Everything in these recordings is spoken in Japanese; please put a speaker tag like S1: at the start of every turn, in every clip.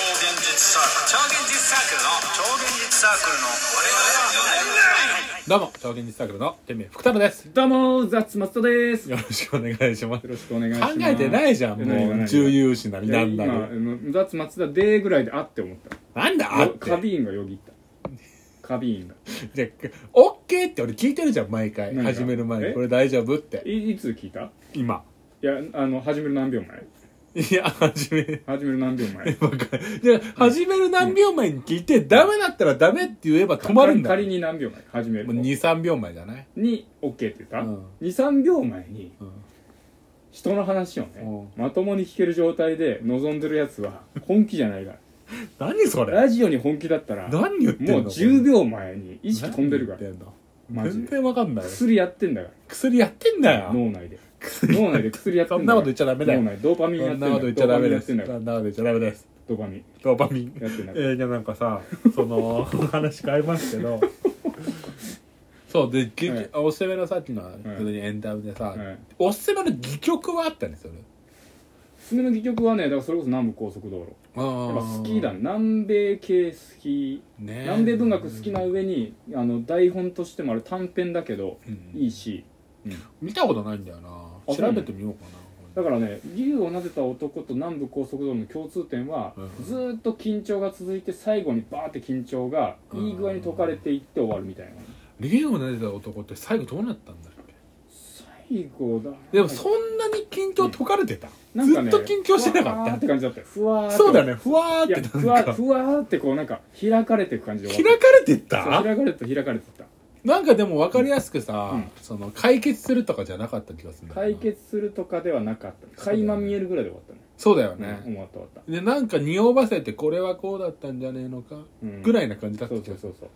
S1: 実サークル超現実サークルの超現実サークルの我々 は
S2: どうも、超現実サークルの天命福太郎です。
S3: どうもザッツ松田です。よ
S2: よろしくお願いします。
S3: ろしくお願いします。
S2: 考えてないじゃん、
S3: やない
S2: もう、重有志なりなんだ
S3: いや今あ
S2: り。
S3: のザッツ松田でぐらいであって思った。
S2: なんだあっ
S3: カ
S2: て。
S3: ビーンがよぎった。カビーンが。
S2: で、オッケーって俺聞いてるじゃん、毎回。
S3: 何が
S2: 始める前に。
S3: え
S2: これ大丈夫って。
S3: いいつ聞いた？
S2: 今。
S3: いやあの始める何秒前？
S2: いや、始め、
S3: 始める何秒前？
S2: わかる。で、始める何秒前に聞いて、ダメだったらダメって言えば止まるんだ。
S3: 仮
S2: も
S3: に何秒前？始める。
S2: う2、3秒前じゃない
S3: に OK って言った
S2: うん？
S3: 二三秒前に
S2: うん
S3: 人の話をね
S2: う
S3: まともに聞ける状態で望んでるやつは本気じゃな いから。
S2: 何それ
S3: ラジオに本気だったらもう
S2: 何言ってんの
S3: 10秒前に意識飛んでるか
S2: 何
S3: ら
S2: 言ってんの
S3: マジ
S2: 全
S3: で
S2: 然わかんない。
S3: 薬やってんだから。
S2: 薬やってんだよ。
S3: 脳内で脳内で薬やって
S2: そんなこと言っちゃダメだよ
S3: 脳内ドーパミンや
S2: そ
S3: って
S2: ん
S3: んだ
S2: なこと言っちゃダメです。そ
S3: ド
S2: ん
S3: ー
S2: な
S3: パミンやってんだ
S2: こと言っちゃダメです。
S3: ドーパミン
S2: ドーパミン。
S3: やってんだ
S2: えー、じゃあなんかさ、その、話変えますけど。そう、で、ぎ
S3: はい
S2: おすすめのさっきの、普通にエンタメでさ、
S3: はい
S2: おすすめの戯曲はあったんですよね。
S3: 爪の戯曲はねだからそれこそ南部高速道路
S2: あ
S3: やっぱ好
S2: 好
S3: きだね南米系好き
S2: ね
S3: 南米文学好きな上にあの台本としてもあれ短編だけど
S2: うん
S3: いいし
S2: 見たことないんだよな。
S3: あ
S2: 調べてみようか
S3: だからね竜をなでた男と南部高速道路の共通点は
S2: うん
S3: ずーっと緊張が続いて最後にバーって緊張がいい具合に解かれていって終わるみたいな
S2: な。リゲをなでた男って最後どうなったんだっけ
S3: 最後だ
S2: でもそんなに緊張解かれてた、
S3: なん
S2: ず
S3: か
S2: っ
S3: ね
S2: と緊張してなか
S3: ふわー
S2: っ。
S3: って感じだったよふわーったて
S2: そうだよね、ふわーっ
S3: い
S2: て
S3: やふ
S2: な
S3: わ
S2: んか。
S3: ふわーってこうなんか開かれていく感じで
S2: 開
S3: 終
S2: か
S3: わっ
S2: れてったた
S3: そう開かれて開かれてった
S2: なんかでも分かりやすくさ、
S3: うん
S2: その解決するとかじゃなかった気がするんだよな
S3: 解決するとかではなかった
S2: そうだよね
S3: 垣間見えるぐらいで終わったね
S2: そうだよね、
S3: うん終わった終わった
S2: でなんか匂わせてこれはこうだったんじゃねえのか、
S3: うん
S2: ぐらいな感じだった
S3: そう
S2: 気
S3: そ
S2: がする
S3: うそうそう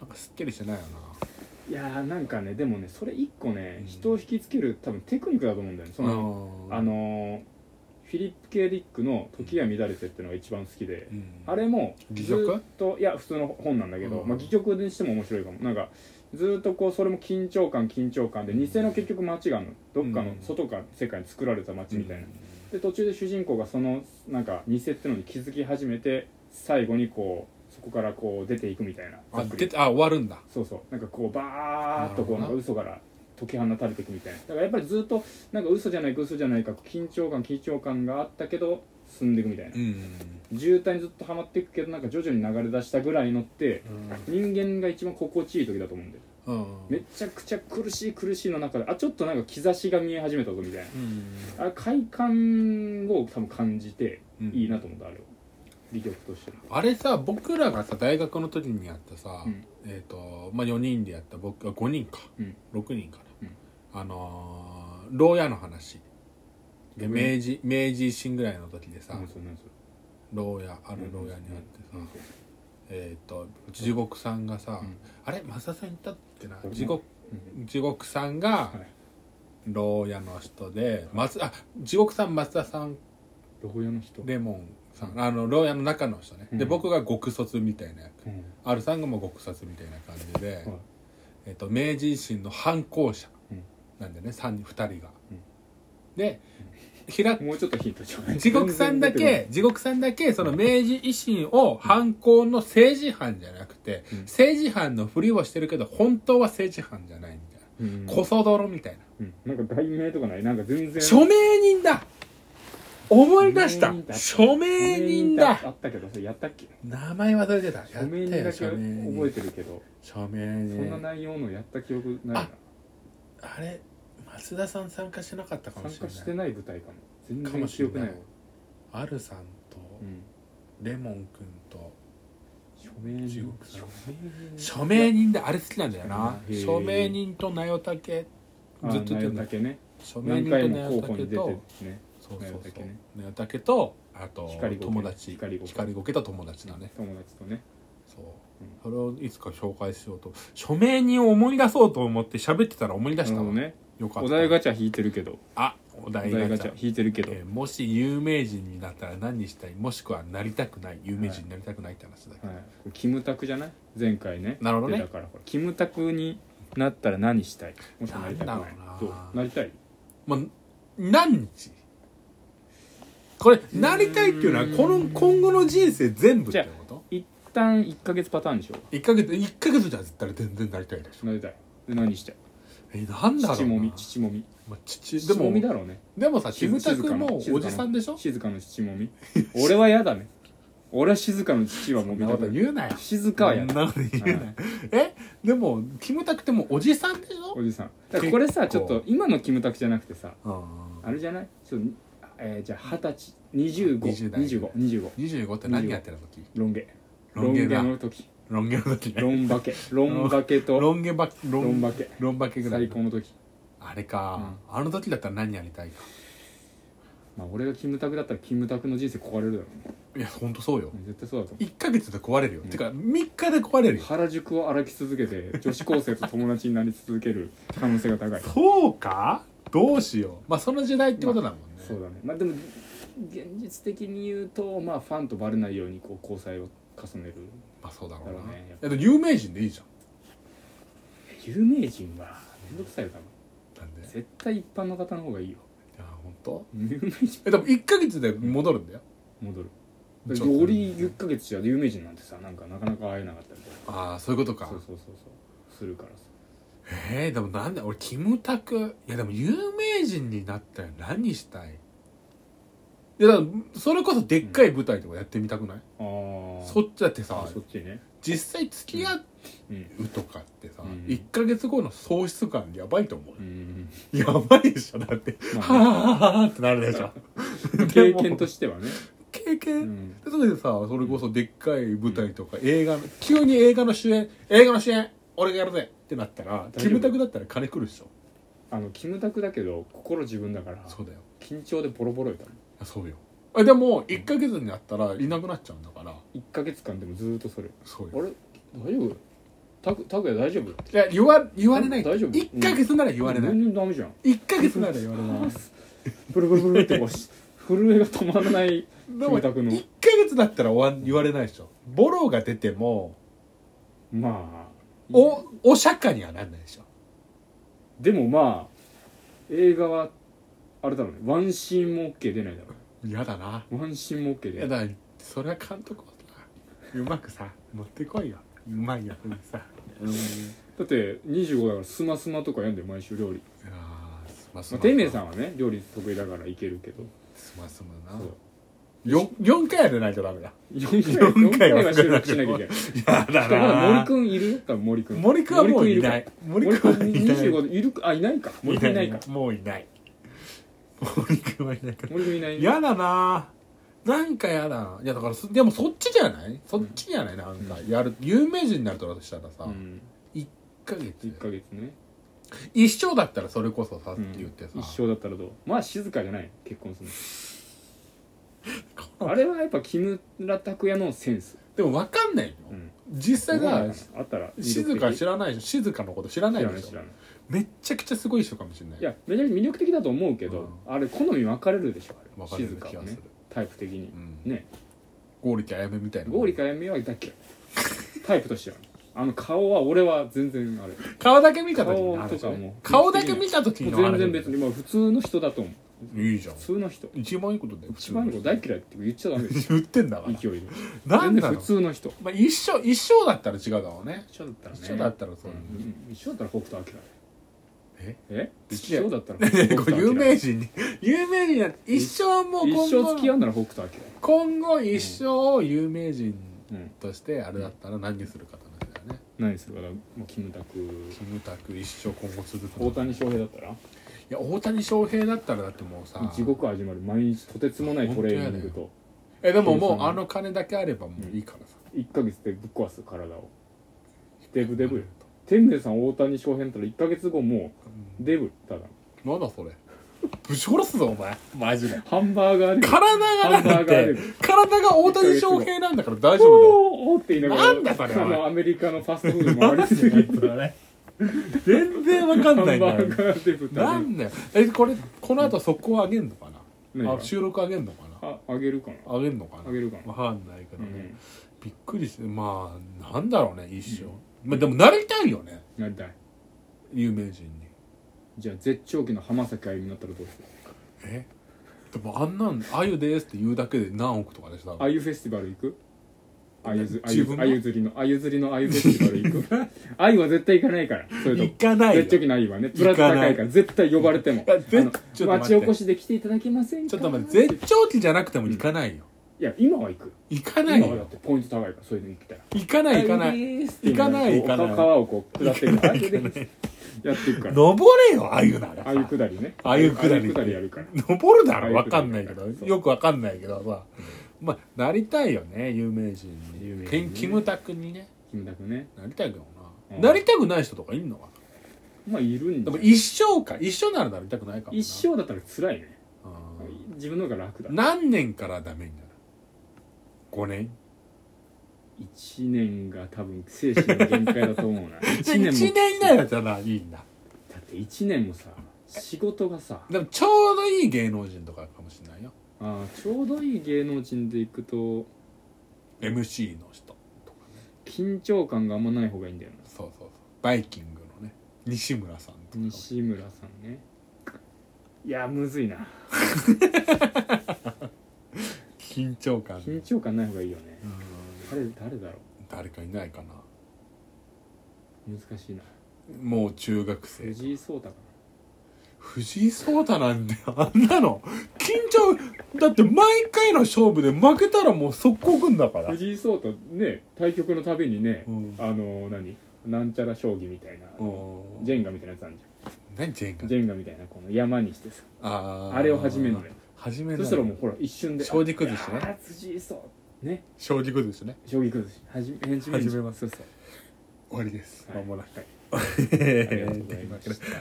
S2: なんかすっきりしてないよ
S3: いやーなんかねでもねそれ一個ね
S2: うん
S3: 人を引きつける多分テクニックだと思うんだよねそ
S2: な
S3: の
S2: うん
S3: あのーフィリップ・ケー・ディックの「時が乱れて」ってのが一番好きで
S2: うん
S3: あれも
S2: 戯
S3: ず
S2: 曲
S3: ーっといや普通の本なんだけど、
S2: うん
S3: まあ、戯曲にしても面白いかもなんかずーっとこうそれも緊張感緊張感で偽の結局街があるのどっかの
S2: うん
S3: 外から世界に作られた街みたいな、
S2: うん
S3: で途中で主人公がそのなんか偽ってのに気づき始めて最後にこうそこからこう出ていくみたいな
S2: あ
S3: ざっくり
S2: 出てあ終わるんだ
S3: そうそうなんかこうバーっとこう
S2: な
S3: な
S2: るほど
S3: んか嘘から解き放たれていくみたいなだからやっぱりずっとなんか嘘じゃないか嘘じゃないか緊張感緊張感があったけど進んでいくみたいな
S2: うん、
S3: 渋滞にずっとハマっていくけどなんか徐々に流れ出したぐらいのって
S2: うん
S3: 人間が一番心地いい時だと思うんで
S2: うん
S3: めちゃくちゃ苦しい苦しいの中であちょっとなんか兆しが見え始めたぞみたい
S2: うん
S3: なあ快感を多分感じて
S2: うん
S3: いいなと思ったあれを美曲として
S2: あれさ僕らがさ大学の時にやったさ、
S3: うん
S2: えっ、とまあ4人でやった僕あ5人か、
S3: うん
S2: 六6人かな、
S3: うん
S2: あのー牢屋の話で
S3: うん
S2: 明治明治維新ぐらいの時でさ、
S3: 何それ何それ
S2: 牢屋ある牢屋にあってさ、えっ、と地獄さんがさ、
S3: うん
S2: あれ増田さん行ったっけな
S3: 俺も
S2: 地獄
S3: うん
S2: 地獄さんが
S3: はい
S2: 牢屋の人で、松あ地獄さん松田さん
S3: 牢屋の人
S2: レモンさん、あの牢屋の中の人ね、で
S3: うん
S2: 僕が極卒みたいな役
S3: うん
S2: あるさんがもう極殺みたいな感じで、
S3: はい
S2: えっと明治維新の反抗者
S3: うん
S2: なんでね三人2人が、
S3: うん
S2: で開く
S3: もうちょっとヒントちょうだい
S2: 地獄さんだけ地獄さんだけその明治維新を反抗の政治犯じゃなくて、
S3: うん
S2: 政治犯のふりをしてるけど本当は政治犯じゃないみたいな、
S3: 全然出てこな
S2: こ
S3: い
S2: そ泥みたいな
S3: うんうんなんか題名とかないなんか全然
S2: 署名人だ思い出した署名人だ
S3: あったけどそれやったっけ
S2: 名前忘れてたやった
S3: 署名人
S2: よ
S3: だけ
S2: 署
S3: 覚
S2: 名人
S3: えてるけど
S2: 署名
S3: そ
S2: 人
S3: んな内容のやった記憶ないな
S2: あれ松田さん参加してなかったかもしれ
S3: 参加
S2: ない
S3: してない舞台かも全
S2: かも
S3: 然
S2: し
S3: 記
S2: れ
S3: 憶
S2: な
S3: ないいわ
S2: あるさんと
S3: うん
S2: レモン君と
S3: 署
S2: 中
S3: 名人
S2: 国さん
S3: 署名人
S2: 署名人であれ好きなんだよな
S3: へー
S2: 署名人と名代竹ずっと言って
S3: あ
S2: んだ
S3: だけね
S2: 署名
S3: 何
S2: 人
S3: 回
S2: と
S3: も
S2: 名
S3: 候
S2: 代
S3: 補
S2: 竹
S3: に出て
S2: と
S3: るね
S2: そうそう
S3: 名代
S2: そ
S3: 竹
S2: う
S3: ね
S2: 名代竹とあと
S3: 光ゴケ
S2: 友達
S3: 光ゴケ
S2: 光ゴケと友達だね
S3: 友達とね
S2: そう
S3: うん
S2: それをいつか紹介しようと署名人を思い出そうと思って喋ってたら思い出し
S3: な
S2: た
S3: るほど
S2: の
S3: ね
S2: よかった
S3: お題ガチャ引いてるけど
S2: あお
S3: お
S2: 題
S3: 題
S2: ガ
S3: ガ
S2: チ
S3: チ
S2: ャ
S3: ャ引いてるけど
S2: えーもし有名人になったら何にしたいもしくはなりたくない有名人になりたくないって話だけど、
S3: はい、キムタクじゃない前回ね
S2: なるほどね
S3: 出たからこれキムタクになったら何したいもしくはなりたくない
S2: なんだろうな
S3: どうなりたい
S2: まあ何日これなりたいっていうのはこの今後の人生全部っていうこと
S3: 一旦1ヶ月パターンでしょ
S2: 1ヶ月一ヶ月じゃ絶対全然なりたいでしょ
S3: なりたいで何したい
S2: えなんだろう
S3: 父もみ
S2: な
S3: 父もみ
S2: まあ父
S3: 父
S2: で
S3: もみだ
S2: も
S3: ろうね
S2: でもさキムタ
S3: 静
S2: ク
S3: かな
S2: もお
S3: 静かな
S2: じさんでしょ
S3: 静かの父もみ俺は嫌だね俺は静かの父はも
S2: そん
S3: み
S2: な
S3: だ
S2: こと言うなよ
S3: 静かは嫌
S2: そんな
S3: だ
S2: こと言うなよえでもキムタクってもうおじさんでしょ
S3: おじさんだからこれさち
S2: 結
S3: ょっ
S2: 構
S3: と今のキムタクじゃなくてさ
S2: うん
S3: あれじゃないちょっと、えー、じゃあ二十歳
S2: 20代
S3: 252525
S2: 25って何やってる時
S3: ロン毛
S2: ロ
S3: ロ
S2: ン
S3: ン
S2: 毛
S3: 毛
S2: だ
S3: の時
S2: ロン毛の時ね
S3: ロンバケロンバケと
S2: ロン毛ばロ
S3: ロン
S2: ン
S3: バケ
S2: ロンバケぐらい
S3: 最高の時
S2: あれかあの時だったら何やりたいか
S3: まあ俺がキムタクだったらキムタクの人生壊れるだろう
S2: いやほんとそうよ
S3: ね絶対そうだと思
S2: 1ヶ月で壊れるよてか3日で壊れる
S3: う
S2: よ
S3: 原宿を歩き続けて女子高生と友達になり続ける可能性が高い
S2: そうかどうしようまあその時代ってことだもんね
S3: そうだねまあでも現実的に言うとまあファンとバレないようにこう交際を重ねる
S2: まあそうだろう
S3: だろう
S2: な
S3: ねやっ
S2: えっと有名人でいいじゃ
S3: 有名人は面倒くさいよ多分
S2: んなんでい
S3: 絶対一般の方の方がいいよ
S2: やほんと
S3: 有名人
S2: えでも1ヶ月で戻るんだよ
S3: 戻る
S2: ちょっと
S3: 俺1ヶ月じゃ有名人なんてさなんかなかなか会えなかったりと
S2: ああそういうこと
S3: か
S2: か
S3: そうそうそうそうするからさ
S2: えー、でもなんだ俺キムタクいやでも有名人になったら何したいいやだからそれこそでっかい舞台とかやってみたくない、
S3: あー
S2: そっちだって
S3: あ
S2: さ
S3: そっちね
S2: 実際付き合
S3: うん
S2: うとかってさ、
S3: うん
S2: 1ヶ月後の喪失感やばいと思う
S3: う、ん
S2: やばいでしょだって、
S3: まあ
S2: はぁはぁはぁってな るでしょ
S3: 経験としてはね、
S2: 経
S3: う
S2: 験、
S3: ん、
S2: でそれでさそれこそでっかい舞台とか映画の急に映画の主演映画の主演俺がやるぜってなったら
S3: 大丈
S2: キ
S3: 夫
S2: ムタクだったら金来るでしょ
S3: あのキムタクだけど心自分だから
S2: そうだよ
S3: 緊張でボロボロよ多分
S2: あそうよあでも1ヶ月になったらいなくなっちゃうんだから
S3: 1ヶ月間でもずーっとそれ
S2: そう
S3: あ
S2: よ
S3: れ大丈夫タクタクヤ大丈夫
S2: いや言わ言われない
S3: 大丈夫
S2: 1ヶ月なら言われない
S3: 全然ダメじゃん
S2: 1ヶ月なら言われない
S3: ブルブルブルってこうし震えが止まらない
S2: でも
S3: キムタクの
S2: 1ヶ月だったら終わ言われないでしょボロが出ても
S3: まあ
S2: おお釈迦にはなんないでしょ
S3: でもまあ映画はあれだろうねワンシーンも OK 出ないだろ
S2: 嫌だな
S3: うワンシーンも OK
S2: い
S3: 出
S2: や
S3: ない
S2: だからそれは監督はさうまくさ持ってこいようまいやつにさ
S3: だって25だからスマスマとか読んで毎週料理、
S2: ああ
S3: まあ、てめえさんはね料理得意だからいけるけど
S2: すますまな
S3: そう
S2: よ四回やでないとダメだ
S3: 4回は収録しなきゃいけな
S2: や
S3: い
S2: だ
S3: だから森くんいる多分森くん
S2: 森くんはもういないい
S3: 森
S2: 森
S3: く
S2: く
S3: ん
S2: ん
S3: い
S2: は
S3: るか森
S2: い
S3: くん
S2: ない
S3: 25でいるかあいないか森くんいないか
S2: もういない森くんはい ないから
S3: 森くんいない
S2: 嫌だななんか嫌だないやだからそでもそっちじゃないそっちじゃないなんかやる有名人になるとだとしたらさ
S3: うん
S2: 1ヶ月
S3: 1ヶ月ね
S2: 一生だったらそれこそさって
S3: うん
S2: 言ってさ
S3: 一生だったらどうまあ静かじゃない結婚する
S2: こ
S3: のあれはやっぱ木村拓哉のセンス
S2: でも分かんないよ
S3: うん
S2: 実際
S3: あ
S2: が
S3: ったら
S2: 静か知
S3: ら
S2: らないでしょ静かのこと知らない
S3: 知らな
S2: で
S3: い
S2: し
S3: 知
S2: ょ
S3: らない
S2: めっちゃくちゃすごい人かもしれない
S3: いやめちゃくちゃ魅力的だと思うけどあれ好み分かれるでしょ
S2: 分
S3: あれ
S2: かれ
S3: 静
S2: る
S3: か
S2: 気
S3: は
S2: がす
S3: ね
S2: る
S3: タイプ的に
S2: うん
S3: ね
S2: 剛力あやめみたいな
S3: 剛力あやめはだっけタイプとしてはあの顔は俺は全然あれ
S2: 顔だけ見た時に
S3: 顔とかも
S2: ね顔だけ見た時に
S3: 全然別にまあ普通の人だと思う
S2: いいじゃん
S3: 普通の人
S2: 一番いいことだよ
S3: 一番いいこと大嫌いって言っちゃダメ です
S2: 言ってんだから
S3: 勢いで
S2: なん
S3: 全
S2: だ
S3: 然
S2: ろ
S3: 普
S2: う、
S3: 通の人
S2: まあ、一生一生だったら違うだろうね
S3: 一緒だったらね
S2: 一生だったらそう、
S3: うん一緒だったら北斗晶
S2: え
S3: え
S2: 付き
S3: 一
S2: 合い
S3: 緒だったら北
S2: で
S3: 斗
S2: こう
S3: 晶
S2: 有名人に有名人になって一生もう
S3: 一
S2: 今
S3: 生付き合う
S2: 後
S3: なら北斗晶
S2: 今後一生有名人
S3: うん
S2: としてあれだったら何にするかって話だよね
S3: 何するかだもうキムタク
S2: キムタク一生今後続く
S3: 大谷翔平だったら
S2: いや大谷翔平だったらだってもうさ
S3: 地獄始まる毎日とてつもないトレーニングと
S2: えでももうあの金だけあればもういいからさ、
S3: 1ヶ月でぶっ壊す体をデブデブよ天明さん大谷翔平だったら1ヶ月後もうデブただ
S2: なんだそれぶち殺すぞお前マジで
S3: ハンバーガーで
S2: 体が
S3: ハ
S2: だ
S3: ンバー
S2: っ
S3: ガー
S2: て
S3: で
S2: 体が大谷翔平なんだから大丈夫
S3: おーおーって言いながら
S2: なんだそれ
S3: あのアメリカのファストフード
S2: だよ
S3: 回りす ぎて
S2: 全然わか
S3: ハ
S2: ん
S3: ン
S2: ないん
S3: バ
S2: だよ
S3: ーガーで豚
S2: な
S3: で
S2: んだよえこれこの後速攻上げんのか
S3: 何
S2: な
S3: が
S2: あ収録上げんのかな
S3: ああげるかな
S2: 上げんのかな
S3: 上げるかな
S2: わかんないけど
S3: う
S2: ね、
S3: ん
S2: びっくりしてまあなんだろうね一生、まあ、でもなりたいよね
S3: なりたい
S2: 有名人に
S3: じゃあ絶頂期の浜崎あゆみになったらどうする
S2: えもうあんなん「あゆです」って言うだけで何億とかでした
S3: あゆフェスティバル行くあゆずあ
S2: 自分
S3: ゆ
S2: の
S3: あゆ釣りのあゆ釣りのあゆフェスティバル 行くあゆは絶対行かないからそういう
S2: 行
S3: とこ
S2: かないよ
S3: 絶頂期のあゆはねプラス高いから絶対呼ばれても
S2: いやぜ
S3: あの
S2: ちょっと待って
S3: 町おこしで来ていただけませんか
S2: ちょっと待って絶頂期じゃなくても行かないよ、
S3: いや今は行く
S2: 行かない
S3: 今はだっ
S2: よ
S3: てポイント高いからそういうの行ったら
S2: 行かない行かない行かない行かない
S3: 川をこう下っていくからやっていくから
S2: 登れよあゆなら
S3: あゆ下りね
S2: あゆ下り
S3: あゆ下りやるから
S2: 登るだ
S3: あ
S2: ろ
S3: ゆ下
S2: わ
S3: り
S2: かんないけど
S3: そう
S2: よくわかんないけどさまあなりたいよね有名人
S3: 有名
S2: に
S3: 人
S2: キムキムタクにね
S3: キムタクね
S2: なりたいけどな、
S3: うん
S2: なりたくない人とかいんのか
S3: まあいるん
S2: なで
S3: だ
S2: も一生か一生ならなりたくないかもな
S3: 一生だったら辛いね
S2: うん
S3: 自分の方が楽だ
S2: 何年からダメになる5年
S3: 1年が多分精神の限界だと思うな
S2: 1
S3: 1年も
S2: 年以内だったらいいんだ
S3: だって1年もさ仕事がさ
S2: でもちょうどいい芸能人とかかもしれないよ
S3: あーちょうどいい芸能人でいくと
S2: MC の人とかね
S3: 緊張感があんまない方がいいんだよな
S2: そうそうそうバイキングのね西村さんとか
S3: 西村さんねいやむずいな
S2: 緊張感
S3: 緊張感ない方がいいよね
S2: うん
S3: 誰誰だろ
S2: 誰かいないかな
S3: う難しいな
S2: もう中学生
S3: 藤井聡太か
S2: 藤井聡太なんてあんなの緊張だって毎回の勝負で負けたらもう速攻くんだから
S3: な藤井聡太ね対局のたびにね、
S2: うん
S3: あの何なんちゃら将棋みたいな、
S2: うん
S3: ジェンガみたいなやつあるじ
S2: 何ジェン
S3: ゃ
S2: ガ
S3: んジェンガみたいなこの山にしてさ
S2: あー
S3: あれを始めるのよ
S2: 始める
S3: そしたらもうほら一瞬で
S2: 将棋崩しね
S3: あー辻井聡太ね
S2: 正直ですね
S3: 将棋崩し 始め始
S2: 始めます
S3: そうそう
S2: 終わりです
S3: はい
S2: 間もなく
S3: はい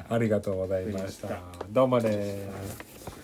S2: あ
S3: ありがとうございました
S2: りがとうございましたどうもです